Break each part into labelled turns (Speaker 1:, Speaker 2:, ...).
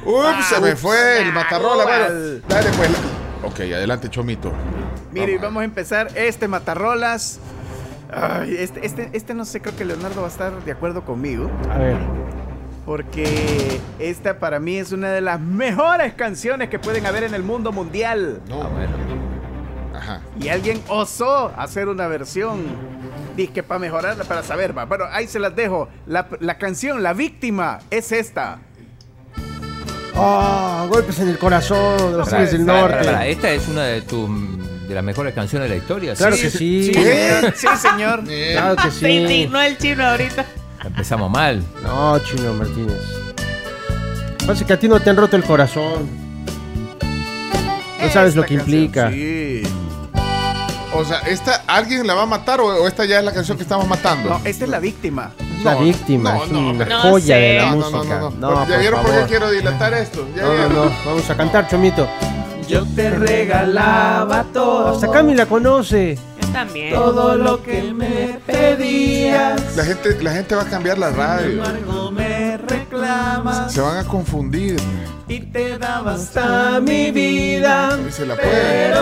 Speaker 1: Ah, Ups, se me fue el matarrola. Bueno,
Speaker 2: igual.
Speaker 1: dale pues. Ok, adelante, Chomito.
Speaker 2: Mire, vamos a empezar este Matarrolas. Ay, este, este, este no sé, creo que Leonardo va a estar de acuerdo conmigo.
Speaker 3: A ver.
Speaker 2: Porque esta para mí es una de las mejores canciones que pueden haber en el mundo mundial.
Speaker 1: No. Ajá.
Speaker 2: Y alguien osó hacer una versión. Dice para mejorarla, para saber más. Bueno, ahí se las dejo. La, la canción, la víctima, es esta.
Speaker 3: Ah, golpes en el corazón de los
Speaker 2: Espera,
Speaker 3: Tigres del
Speaker 2: espera,
Speaker 3: Norte.
Speaker 4: Para, para, esta es una de tus de las mejores canciones de la historia.
Speaker 3: Claro
Speaker 4: Sí,
Speaker 3: que sí.
Speaker 2: Sí, señor. Sí, señor.
Speaker 1: Eh,
Speaker 3: Claro que sí.
Speaker 5: Se indignó el chino ahorita.
Speaker 4: Empezamos mal.
Speaker 3: No, Chino Martínez. Parece que a ti no te han roto el corazón. No sabes lo
Speaker 2: Esta
Speaker 3: que
Speaker 2: canción,
Speaker 3: implica.
Speaker 2: Sí.
Speaker 1: O sea, ¿esta alguien la va a matar o, o esta ya es la canción que estamos matando?
Speaker 2: No, esta es la víctima.
Speaker 3: Es la
Speaker 1: No,
Speaker 3: víctima,
Speaker 1: no,
Speaker 3: es
Speaker 1: no,
Speaker 3: una
Speaker 5: no
Speaker 3: joya
Speaker 5: sé.
Speaker 3: de la
Speaker 1: No, no, no,
Speaker 3: música.
Speaker 1: no, no.
Speaker 3: No,
Speaker 1: ¿Ya
Speaker 3: por
Speaker 1: vieron por
Speaker 3: favor.
Speaker 1: qué quiero dilatar esto? ¿Ya
Speaker 3: No, no,
Speaker 1: vieron?
Speaker 3: no. Vamos a cantar, Chomito.
Speaker 2: Yo te regalaba todo.
Speaker 3: Hasta Cami la conoce.
Speaker 5: Yo también.
Speaker 2: Todo lo que me pedías.
Speaker 1: La gente, la gente va a cambiar la radio.
Speaker 2: Algo me reclamas
Speaker 1: Se van a confundir.
Speaker 2: y te dabas a mi vida.
Speaker 1: Se la puede.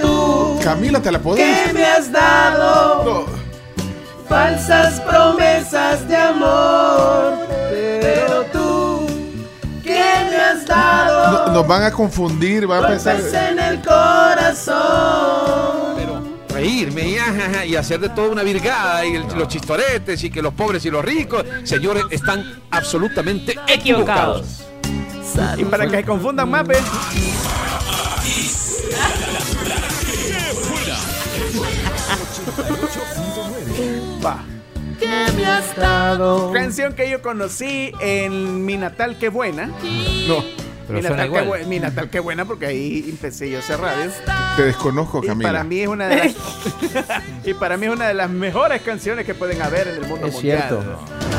Speaker 2: tú
Speaker 1: Camila, ¿te la podés?
Speaker 2: me has
Speaker 1: No.
Speaker 2: dado falsas promesas de amor. Pero tú que me has dado
Speaker 1: No- nos van a confundir, va a pensar.
Speaker 2: en el corazón.
Speaker 6: Pero reírme y, ajaja, y hacer de toda una virgada y el- los chistoretes y que los pobres y los ricos, señores, están absolutamente equivocados.
Speaker 5: Equivocados.
Speaker 2: Y para que se confundan más, ve. Va. Canción que yo conocí en Mi Natal Qué Buena.
Speaker 1: No,
Speaker 4: Pero
Speaker 2: mi,
Speaker 4: suena
Speaker 2: Natal Qué
Speaker 4: igual.
Speaker 2: Bu- Mi Natal Qué Buena porque ahí empecé yo a hacer radio.
Speaker 1: te desconozco,
Speaker 2: Y
Speaker 1: Camila.
Speaker 2: para mí es una de las Y para mí es una de las mejores canciones que pueden haber en el mundo
Speaker 3: Es
Speaker 2: mundial.
Speaker 3: cierto.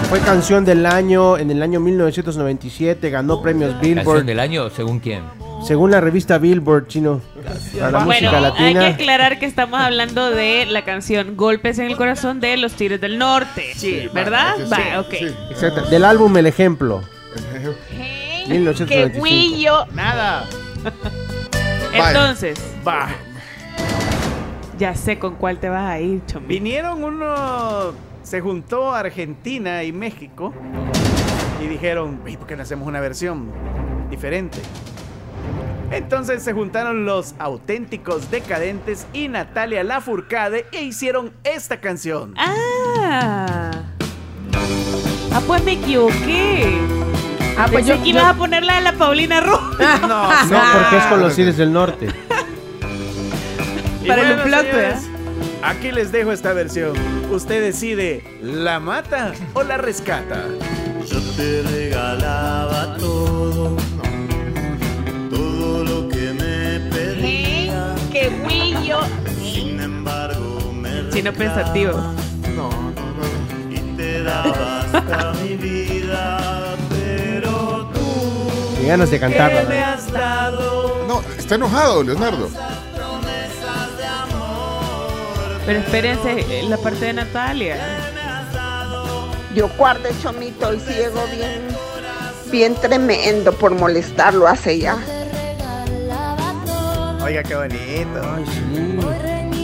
Speaker 3: Fue canción del año, en el año 1997, ganó premios
Speaker 4: Canción
Speaker 3: Billboard,
Speaker 4: del año, según quién.
Speaker 3: según la revista Billboard chino, para la música
Speaker 5: Bueno, hay que
Speaker 3: latina.
Speaker 5: aclarar que estamos hablando de la canción Golpes en el Corazón de los Tigres del Norte.
Speaker 2: Sí,
Speaker 5: ¿Verdad?
Speaker 1: Sí,
Speaker 5: Va,
Speaker 1: sí,
Speaker 5: ok.
Speaker 1: sí.
Speaker 3: Exacto, del álbum El Ejemplo.
Speaker 5: Hey,
Speaker 3: 1995.
Speaker 5: ¡Qué huillo!
Speaker 2: Nada.
Speaker 1: Vaya.
Speaker 5: Entonces,
Speaker 2: Va.
Speaker 5: ya sé con cuál te vas a ir, Chombi.
Speaker 2: Vinieron uno, se juntó Argentina y México y dijeron, "Ey, ¿por qué no hacemos una versión diferente? Entonces se juntaron los auténticos decadentes y Natalia Lafourcade e hicieron esta canción.
Speaker 5: Ah. Ah, pues me equivoqué. Ah, pues yo que ibas a poner la de la Paulina Rubio.
Speaker 2: No,
Speaker 3: No,
Speaker 5: Ah.
Speaker 3: porque es con los Tigres del Norte.
Speaker 2: Y
Speaker 5: Para el unplugged,
Speaker 2: señores, Aquí les dejo esta versión. Usted decide, ¿la mata o la rescata?
Speaker 7: Yo te regalaba todo, todo lo que me
Speaker 5: Hey,
Speaker 7: pedías.
Speaker 5: ¡Qué huillo!
Speaker 7: Sin embargo, me
Speaker 5: Chino pensativo.
Speaker 1: No, no, no.
Speaker 7: y te daba hasta mi vida, pero tú
Speaker 3: Y ganas de cantarla.
Speaker 2: ¿Qué me
Speaker 3: ¿verdad?
Speaker 2: has dado?
Speaker 1: No, está enojado, Leonardo.
Speaker 5: Pero espérense eh, la parte de Natalia.
Speaker 8: Yo guardé chomito y ciego bien, bien tremendo por molestarlo hace ya.
Speaker 2: Oiga, qué bonito.
Speaker 3: Ay, sí.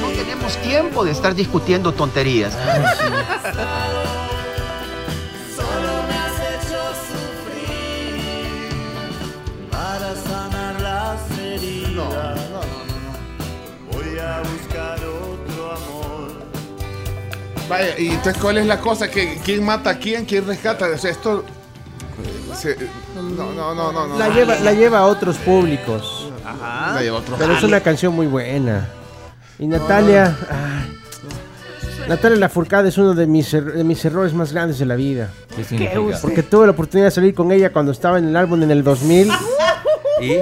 Speaker 9: No tenemos tiempo de estar discutiendo tonterías.
Speaker 7: para sanar las heridas. Voy a buscar otro amor.
Speaker 1: Vaya, y entonces, ¿cuál es la cosa? ¿Qui- ¿Quién mata a quién? ¿Quién rescata? O sea, esto. eh, se- no, no, no, no. no.
Speaker 3: La lleva, la lleva a otros públicos.
Speaker 1: La lleva otro.
Speaker 3: Pero es una canción muy buena. Y Natalia. ay, Natalia Lafourcade es uno de mis, er- de mis errores más grandes de la vida.
Speaker 4: ¿Qué significa?
Speaker 3: Porque tuve la oportunidad de salir con ella cuando estaba en el álbum en el 2000.
Speaker 4: Y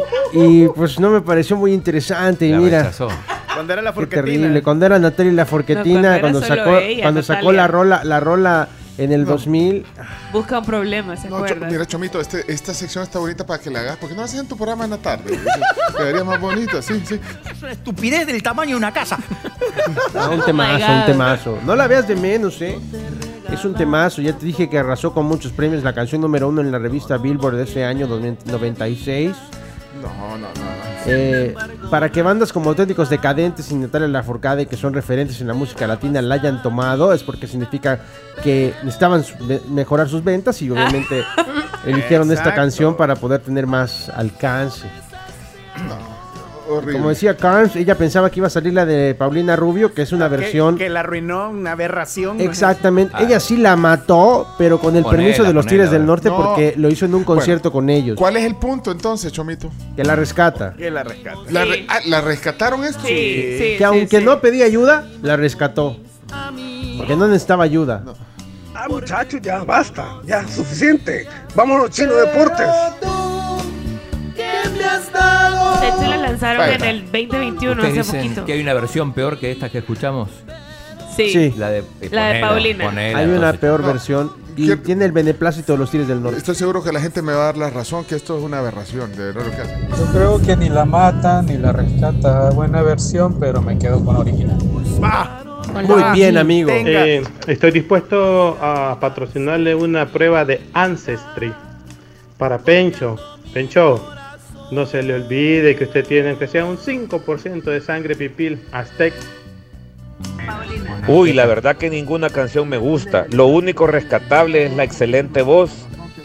Speaker 3: Y pues no me pareció muy interesante. Y
Speaker 4: la
Speaker 3: mira,
Speaker 4: rechazó.
Speaker 2: Cuando era la
Speaker 3: qué
Speaker 2: forquetina.
Speaker 3: terrible. Cuando era Natalia la
Speaker 5: No, cuando
Speaker 3: Forquetina,
Speaker 5: era
Speaker 3: cuando
Speaker 5: solo
Speaker 3: sacó,
Speaker 5: ella,
Speaker 3: cuando sacó la
Speaker 5: Natalia.
Speaker 3: rola, la rola En el
Speaker 1: No.
Speaker 3: 2000,
Speaker 10: Busca un problema, ¿se
Speaker 1: No, Cho-
Speaker 10: acuerdan?
Speaker 1: mira, Chomito, este- esta sección está bonita para que la hagas. ¿Por qué no la haces en tu programa en la tarde? Quedaría más bonita, sí, sí.
Speaker 11: Es una estupidez del tamaño de una casa.
Speaker 3: ah, un
Speaker 10: Oh my
Speaker 3: temazo, un
Speaker 10: God.
Speaker 3: temazo. No la veas de menos, ¿eh? Es un temazo, ya te dije que arrasó con muchos premios la canción número uno en la revista Billboard de ese año 2000 96.
Speaker 1: No, no, no. no.
Speaker 3: Eh, para que bandas como Auténticos Decadentes y Natalia Lafourcade, que son referentes en la música latina, la hayan tomado, es porque significa que necesitaban su- me- mejorar sus ventas y obviamente eligieron esta
Speaker 12: Exacto.
Speaker 3: canción para poder tener más alcance.
Speaker 1: Horrible.
Speaker 3: Como decía Carnes, ella pensaba que iba a salir la de Paulina Rubio, que es una
Speaker 1: Ah,
Speaker 12: Que-
Speaker 3: versión...
Speaker 12: Que, la arruinó una aberración.
Speaker 3: Exactamente,
Speaker 4: Ah.
Speaker 3: ella sí la mató, pero con el
Speaker 4: Ponela,
Speaker 3: permiso de los
Speaker 4: ponela,
Speaker 3: Tigres del
Speaker 4: ¿verdad?
Speaker 3: Norte
Speaker 1: No.
Speaker 3: porque lo hizo en un concierto con ellos,
Speaker 1: ¿Cuál es el punto entonces, Chomito?
Speaker 3: que la rescata.
Speaker 12: Que la rescata.
Speaker 1: ¿La,
Speaker 10: Sí.
Speaker 1: re- ah, ¿la rescataron esto?
Speaker 10: Sí, sí.
Speaker 3: que aunque
Speaker 10: sí.
Speaker 3: no pedía ayuda, la rescató. Porque no necesitaba ayuda.
Speaker 2: Ah, muchachos, ya basta, ya suficiente. Vámonos, Chino Deportes.
Speaker 10: De hecho, la lanzaron
Speaker 1: Bueno.
Speaker 10: en el 2021,
Speaker 4: Ustedes
Speaker 10: hace
Speaker 4: dicen
Speaker 10: poquito.
Speaker 4: que hay una versión peor que esta que escuchamos.
Speaker 10: Sí.
Speaker 3: Sí.
Speaker 4: La de, eh,
Speaker 10: La de Paulina.
Speaker 4: ponela,
Speaker 3: Hay una
Speaker 4: entonces.
Speaker 3: peor
Speaker 1: No.
Speaker 3: versión y
Speaker 1: ¿Qué-
Speaker 3: tiene el beneplácito de los Tigres del Norte.
Speaker 1: Estoy seguro que la gente me va a dar la razón que esto es una aberración, de verdad lo que hacen.
Speaker 2: Yo creo que ni la mata ni la rescata. Buena versión, pero me quedo con la original.
Speaker 3: Muy bien, amigo.
Speaker 12: Tenga.
Speaker 2: Eh, estoy dispuesto a patrocinarle una prueba de Ancestry para Pencho. Pencho, no se le olvide que usted tiene que sea un 5% de sangre pipil aztec.
Speaker 9: Uy, la verdad que ninguna canción me gusta. Lo único rescatable es la excelente voz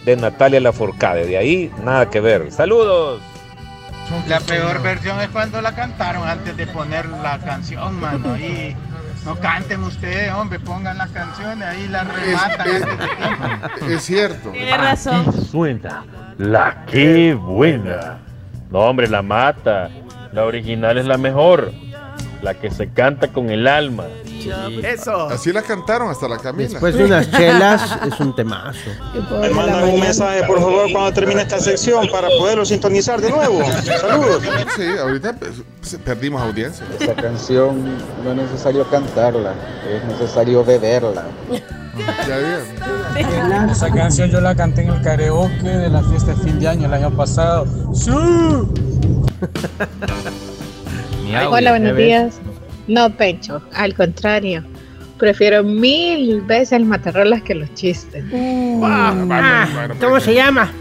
Speaker 9: de Natalia Lafourcade. De ahí, nada que ver. ¡Saludos!
Speaker 7: La peor versión es cuando la cantaron antes de poner la canción, mano. Y no canten ustedes, hombre, pongan las canciones, ahí las rematan
Speaker 1: Es-
Speaker 7: antes de tiempo.
Speaker 1: Es cierto.
Speaker 10: Tiene razón.
Speaker 9: Suena. La que buena. No, hombre, la mata. La original es la mejor. La que se canta con el alma.
Speaker 12: Eso.
Speaker 1: Así la cantaron hasta la Camila.
Speaker 3: Después de unas chelas, es un temazo.
Speaker 2: Me mandan un mensaje, por favor, cuando termine esta sección para poderlo sintonizar de nuevo. Saludos.
Speaker 1: Sí, ahorita pues, se- perdimos audiencia.
Speaker 2: Esta canción no es necesario cantarla, es necesario beberla.
Speaker 1: Ya bien.
Speaker 2: Esa canción yo la canté en el karaoke de la fiesta de fin de año el año pasado. ¡Sí!
Speaker 4: Ni audio.
Speaker 3: Hola, buenos días.
Speaker 2: No, Pecho, al contrario. Prefiero mil veces el matarrolas que los chistes.
Speaker 3: Ah, ¿Cómo se llama?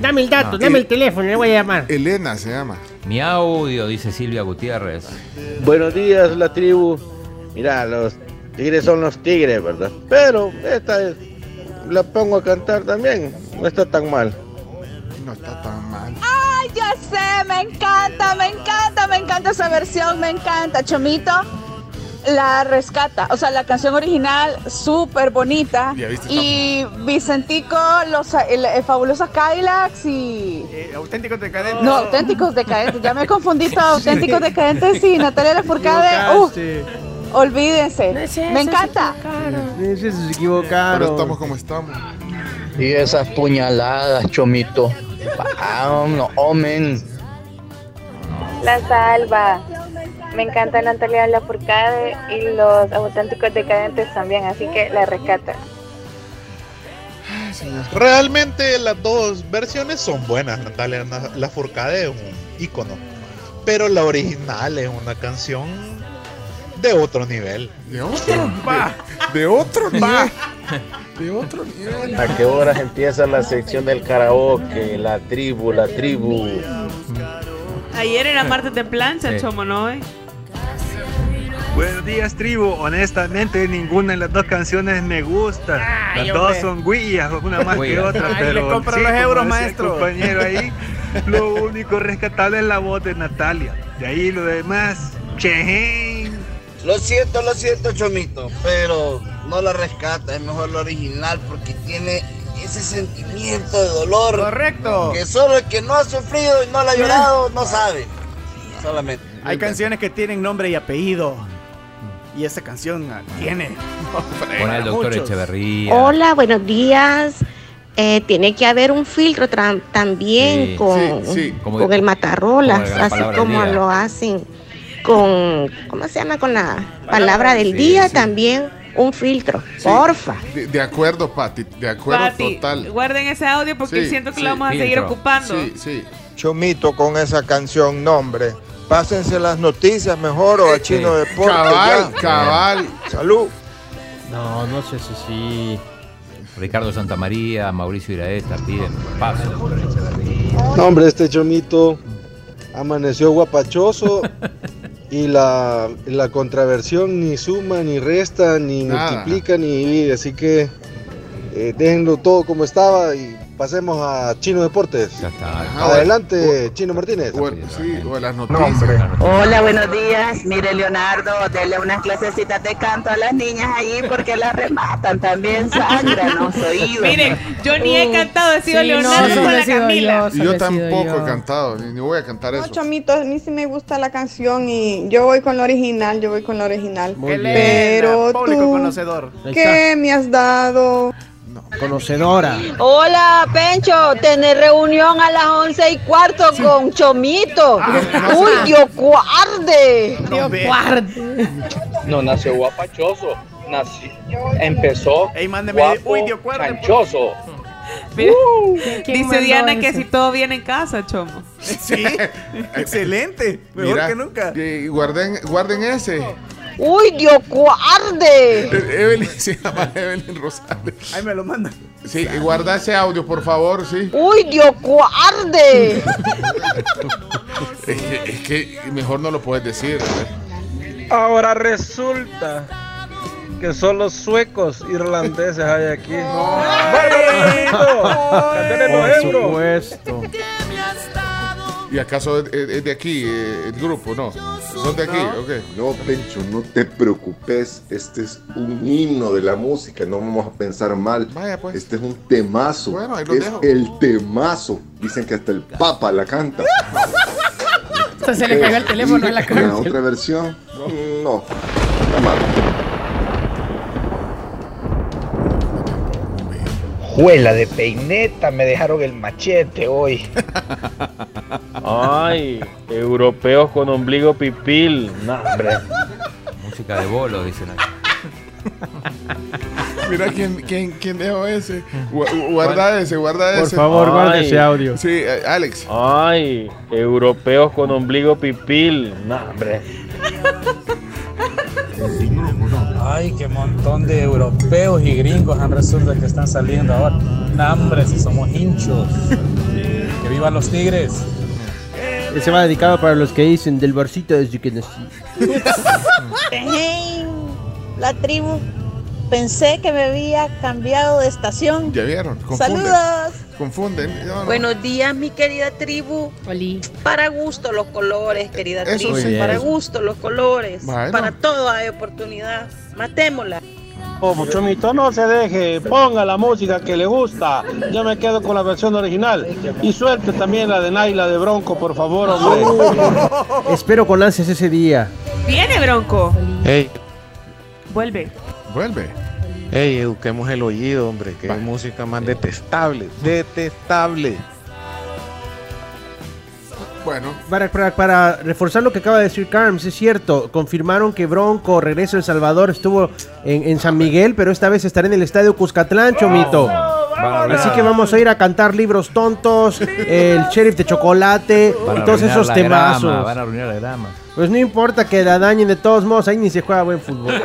Speaker 3: Dame el
Speaker 2: Ah,
Speaker 3: dato, dame el teléfono, le voy a llamar.
Speaker 1: Elena se llama.
Speaker 4: Mi audio, dice Silvia Gutiérrez.
Speaker 2: Buenos días, la tribu. Mira, los tigres son los tigres, ¿verdad? Pero esta es- la pongo a cantar también. No está tan mal.
Speaker 1: No está tan mal.
Speaker 5: Ya sé, me encanta, me encanta, me encanta esa versión, me encanta. Chomito la rescata, o sea, la canción original súper bonita.
Speaker 1: Ya viste,
Speaker 5: Y Vicentico, los el- el fabulosos Cadillacs y...
Speaker 12: Eh, auténtico decadente.
Speaker 5: No, auténticos decadentes, ya me confundí todo, auténticos decadentes y Natalia Lafourcade, uh, olvídense, me encanta.
Speaker 3: Ese se
Speaker 1: Pero
Speaker 3: equivocaron.
Speaker 1: estamos como estamos.
Speaker 2: Y esas puñaladas, chomito. no, hombre.
Speaker 10: La salva. Me encanta Natalia Lafourcade y los auténticos decadentes también, así que la rescata.
Speaker 2: Realmente las dos versiones son buenas. Natalia Lafourcade es un ícono. Pero la original es una canción de otro nivel.
Speaker 1: De otro. De, de otro nivel. De otro nivel.
Speaker 9: ¿A qué horas empieza la sección del karaoke? La tribu, la tribu.
Speaker 10: Ayer era martes de plancha,
Speaker 4: Sí.
Speaker 10: chomo, ¿no? eh?
Speaker 2: Buenos días, tribu. Honestamente, ninguna de las dos canciones me gusta. las dos son guías, una más que
Speaker 4: Guías.
Speaker 2: otra.
Speaker 12: Ay,
Speaker 2: pero
Speaker 12: le compro los
Speaker 2: como
Speaker 12: euros,
Speaker 2: decía el
Speaker 12: maestro.
Speaker 2: compañero ahí, lo único rescatable es la voz de Natalia. De ahí lo demás, che.
Speaker 7: Lo siento, lo siento, Chomito, pero no la rescata, es mejor la original porque tiene ese sentimiento de dolor
Speaker 12: Correcto.
Speaker 7: que solo el que no ha sufrido y no la ha llorado no sabe. Solamente.
Speaker 12: Hay canciones que tienen nombre y apellido. Y esa canción ah, tiene.
Speaker 4: Pon al doctor
Speaker 12: Muchos.
Speaker 4: Echeverría.
Speaker 2: buenos días. Eh, tiene que haber un filtro también
Speaker 4: Sí, con-
Speaker 1: Sí, sí.
Speaker 4: Como-
Speaker 2: con el matarrolas,
Speaker 4: como la
Speaker 2: así
Speaker 4: palabra
Speaker 2: como
Speaker 4: del día.
Speaker 2: lo hacen con, ¿cómo se llama? Con la palabra del
Speaker 4: sí,
Speaker 2: día
Speaker 4: sí.
Speaker 2: también.
Speaker 13: un filtro.
Speaker 1: Sí,
Speaker 13: Porfa.
Speaker 1: De, de acuerdo, Pati, de acuerdo
Speaker 5: Pati,
Speaker 1: total.
Speaker 5: guarden ese audio porque
Speaker 1: Sí,
Speaker 5: siento que
Speaker 1: sí,
Speaker 5: lo vamos a seguir
Speaker 1: filtro.
Speaker 5: ocupando.
Speaker 1: Sí, sí.
Speaker 9: Chomito con esa canción, nombre. Pásense las noticias mejor o a Chino Deportes.
Speaker 1: Cabal,
Speaker 9: ya.
Speaker 1: cabal.
Speaker 9: Salud.
Speaker 3: No, no sé si sí.
Speaker 14: Ricardo Santamaría, Mauricio Iraeta piden paso.
Speaker 15: No, hombre, este chomito amaneció guapachoso y la, la contraversión ni suma, ni resta, ni
Speaker 1: Nada.
Speaker 15: multiplica, ni divide. Así que eh, déjenlo todo como estaba y pasemos a Chino Deportes. Adelante, Chino Martínez.
Speaker 1: Sí, o las noticias.
Speaker 16: Hola, buenos días. Mire, Leonardo, dele unas clasecitas de canto a las niñas ahí porque las rematan también, sangran los oídos.
Speaker 5: Mire, yo ni he cantado, he sido
Speaker 16: sí,
Speaker 5: Leonardo
Speaker 16: no,
Speaker 5: con
Speaker 16: solo
Speaker 5: la
Speaker 16: he sido
Speaker 5: Camila.
Speaker 1: Y yo tampoco he cantado, ni, ni voy a cantar
Speaker 17: No,
Speaker 1: eso.
Speaker 17: Chomito, a mí sí me gusta la canción y yo voy con la original, yo voy con la original.
Speaker 3: Muy bien.
Speaker 17: Pero
Speaker 2: Público
Speaker 17: tú,
Speaker 2: conocedor.
Speaker 17: ¿qué me has dado?
Speaker 3: Conocedora.
Speaker 13: Hola, Pencho, tenés reunión a las once y cuarto con Chomito.
Speaker 17: Ah,
Speaker 13: Uy, Dios guarde. Dios guarde.
Speaker 4: No nació guapachoso, nació, empezó guapo,
Speaker 5: uy, Dios
Speaker 2: pues.
Speaker 5: guarde, por-
Speaker 4: canchoso.
Speaker 5: Mira,
Speaker 18: ¿Quién
Speaker 5: dice
Speaker 18: mandó
Speaker 5: Diana que
Speaker 18: ese?
Speaker 5: si todo bien en casa, chomo.
Speaker 2: Sí, excelente. Mejor
Speaker 1: Mira,
Speaker 2: que nunca.
Speaker 1: eh, guarden, guarden ese.
Speaker 13: Uy, Dios guarde.
Speaker 1: Eh, Evelyn se llama Evelyn Rosales.
Speaker 2: Ahí me lo mandan.
Speaker 1: Sí, y guarda ese audio, por favor, sí.
Speaker 13: Uy, Dios guarde.
Speaker 1: Es que, es que mejor no lo puedes decir. ¿eh?
Speaker 19: Ahora resulta que son los suecos irlandeses hay aquí.
Speaker 1: Por
Speaker 19: ¡Vámonos,
Speaker 3: supuesto.
Speaker 1: ¿Y acaso es, es- es de aquí eh, el grupo? No. Son de aquí, ok.
Speaker 7: No, Pencho, no te preocupes. Este es un himno de la música. No vamos a pensar mal.
Speaker 1: pues.
Speaker 7: Este es un temazo.
Speaker 1: Bueno, ahí lo
Speaker 7: es
Speaker 1: dejo.
Speaker 7: el temazo. Dicen que hasta el Papa la canta.
Speaker 18: Hasta se le cayó el teléfono en la
Speaker 7: La
Speaker 18: cárcel.
Speaker 7: otra versión, no.
Speaker 4: Juela de peineta, me dejaron el machete hoy.
Speaker 20: Ay, europeos con ombligo pipil. No, hombre.
Speaker 14: Música de bolo, dicen ahí.
Speaker 1: Mira quién, quién, quién dejó ese. Gua- Guarda ese, guarda ese.
Speaker 20: Por favor, guarda Ay. ese audio.
Speaker 1: Sí, eh, Alex.
Speaker 20: Ay, europeos con ombligo pipil. No, hombre.
Speaker 21: Ay, qué montón de europeos y gringos han resulta que están saliendo ahora. Nah, hombre, si somos hinchos. Que vivan los tigres.
Speaker 3: Ese va dedicado para los que dicen del barcito desde que nací.
Speaker 10: Ején, la tribu. Pensé que me había cambiado de estación.
Speaker 1: Ya vieron, confunden.
Speaker 10: Saludos.
Speaker 1: Confunden. No, no.
Speaker 10: Buenos días, mi querida tribu. Para gusto los colores, querida
Speaker 1: Eso
Speaker 10: tribu.
Speaker 1: sí.
Speaker 10: Para
Speaker 1: Eso.
Speaker 10: gusto los colores.
Speaker 1: Bueno.
Speaker 10: Para todo hay oportunidad. Matémosla.
Speaker 19: Como Chomito Oh, no se deje, ponga la música que le gusta. Yo me quedo con la versión original. Y suelte también la de Naila de Bronco, por favor, hombre.
Speaker 3: Espero con ansias ese día.
Speaker 5: Viene, Bronco.
Speaker 22: Ey,
Speaker 5: Vuelve.
Speaker 1: Vuelve.
Speaker 22: ey, eduquemos el oído, hombre. Qué música más detestable. Detestable.
Speaker 1: Bueno.
Speaker 3: Para, para- para reforzar lo que acaba de decir Carms, es cierto, confirmaron que Bronco Regreso a El Salvador estuvo en, en San Miguel, pero esta vez estará en el Estadio Cuscatlán, Chomito. Así que vamos a ir a cantar libros tontos, el sheriff de chocolate
Speaker 14: Van a
Speaker 3: y todos
Speaker 14: arruinar
Speaker 3: esos
Speaker 14: la
Speaker 3: temazos.
Speaker 14: grama, van a arruinar la grama.
Speaker 3: Pues no importa que la dañen de todos modos, ahí ni se juega buen fútbol.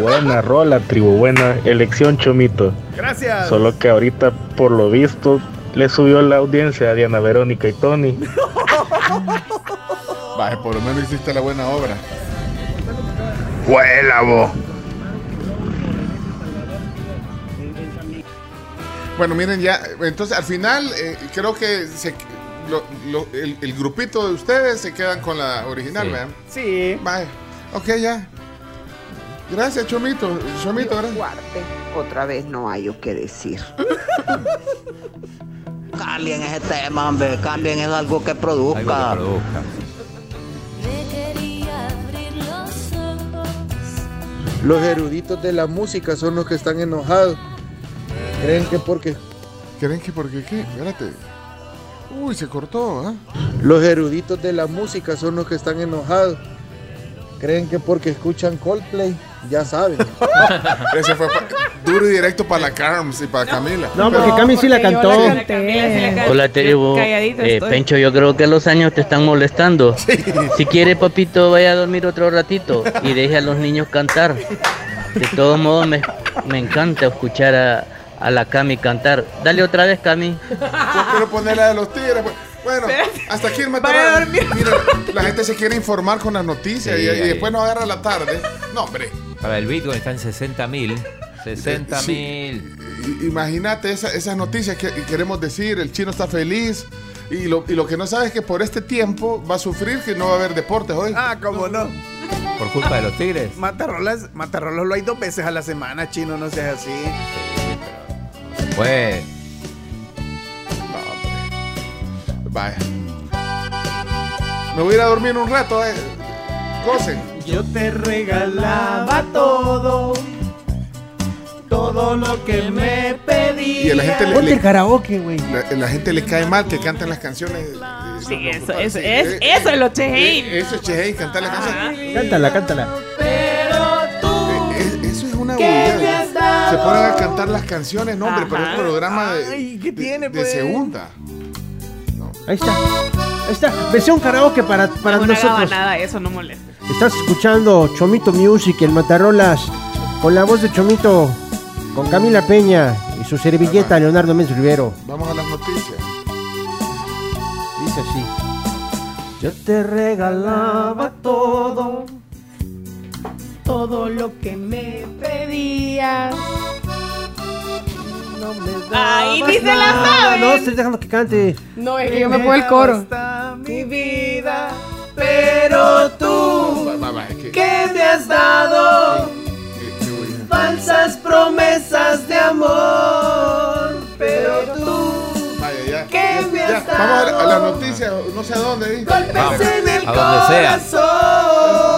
Speaker 23: Buena rola, tribu, buena elección, Chomito.
Speaker 2: Gracias.
Speaker 23: Solo que ahorita, por lo visto, le subió la audiencia a Diana Verónica y Tony.
Speaker 1: Vaya, por lo menos hiciste la buena obra.
Speaker 23: ¡Huela, vos!
Speaker 1: Bueno, miren ya, entonces al final eh, creo que se- lo- lo- el, el grupito de ustedes se quedan con la original,
Speaker 2: Sí.
Speaker 1: ¿verdad?
Speaker 2: Sí.
Speaker 1: Vaya, ok ya. Gracias, Chomito. Chomito, gracias.
Speaker 24: Otra vez no hay o qué decir.
Speaker 25: Cambien ese tema, hombre. Cambien en algo que produzca.
Speaker 9: Los eruditos de la música son los que están enojados. ¿Creen que porque
Speaker 1: ¿Creen que porque qué? Espérate. Uy, se cortó, ¿ah?
Speaker 9: Los eruditos de la música son los que están enojados. ¿Creen que porque escuchan Coldplay?
Speaker 26: Ya saben.
Speaker 1: Ese fue pa- duro y directo para la Carms y para Camila.
Speaker 3: No, porque Cami sí la cantó.
Speaker 5: Hola tribu,
Speaker 1: Calladito
Speaker 5: Eh,
Speaker 1: estoy.
Speaker 5: Pencho yo creo que los años te están molestando. Si quiere papito vaya a dormir otro ratito y deje a los niños cantar. De todos modos me, me encanta escuchar a, a la Cami cantar. Dale otra vez Cami.
Speaker 1: Yo quiero poner la de los tigres. pues. Bueno, hasta aquí el matarán. Mira, la gente se quiere informar con las noticias
Speaker 4: Sí,
Speaker 1: y, y
Speaker 4: ahí.
Speaker 1: después nos agarra la tarde. No, hombre.
Speaker 4: Para el Bitcoin está en 60 mil. 60
Speaker 1: Sí.
Speaker 4: mil.
Speaker 1: I- Imagínate esa- esas noticias que que queremos decir, el chino está feliz y lo, y lo que no sabe es que por este tiempo va a sufrir que no va a haber deportes hoy.
Speaker 2: Ah, cómo no.
Speaker 4: Por culpa de los tigres.
Speaker 2: Matarrolas, Matarrolas lo hay dos veces a la semana, chino, no seas así.
Speaker 4: Pues.
Speaker 1: Vaya. Me voy a ir a dormir un rato, eh. Gocen.
Speaker 2: Yo te regalaba todo, todo lo que me pedí.
Speaker 1: Y a la gente le, le-
Speaker 3: karaoke, güey.
Speaker 1: la, la gente le cae mal que cantan las canciones. Sí, eso,
Speaker 27: eso- es- eso es lo Chején.
Speaker 1: Eso es Chején, cantar las canciones.
Speaker 3: Cántala, cántala.
Speaker 1: Eh, Eso es una
Speaker 2: ¿Qué me
Speaker 1: bulla. eh.
Speaker 2: has dado?
Speaker 1: Se ponen a cantar las canciones, no, hombre, pero es un programa de,
Speaker 2: Ay, ¿qué tiene,
Speaker 1: de
Speaker 2: pues?
Speaker 1: segunda.
Speaker 3: Ahí está. Ahí está. Versión karaoke para, para
Speaker 27: No haga
Speaker 3: nosotros.
Speaker 27: nada, eso no molesta.
Speaker 3: Estás escuchando Chomito Music, el Matarolas, con la voz de Chomito, con Camila Peña y su servilleta Leonardo Méndez Rivero.
Speaker 1: Vamos a las noticias.
Speaker 3: Dice así.
Speaker 6: Yo te regalaba todo, todo lo que me pedías. No me
Speaker 27: Ahí
Speaker 6: dabas
Speaker 27: ni se la
Speaker 6: nada.
Speaker 27: sabe.
Speaker 3: no, estoy dejando que cante.
Speaker 6: No, es que yo me pongo el coro.
Speaker 27: Mi vida, pero tú,
Speaker 6: ¿Qué me has dado?
Speaker 27: falsas promesas de amor, pero tú.
Speaker 1: Vaya, ya.
Speaker 27: ¿Qué
Speaker 1: Ya,
Speaker 27: me
Speaker 1: ya.
Speaker 27: has
Speaker 1: Vamos a,
Speaker 27: dado?
Speaker 1: a las noticias, no sé a dónde. ¿eh?
Speaker 4: Vamos, a donde sea.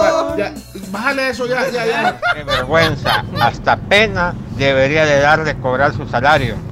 Speaker 1: Va- ya, Bájale eso, ya, ya, ya.
Speaker 7: Qué vergüenza, hasta pena debería de darle cobrar su salario.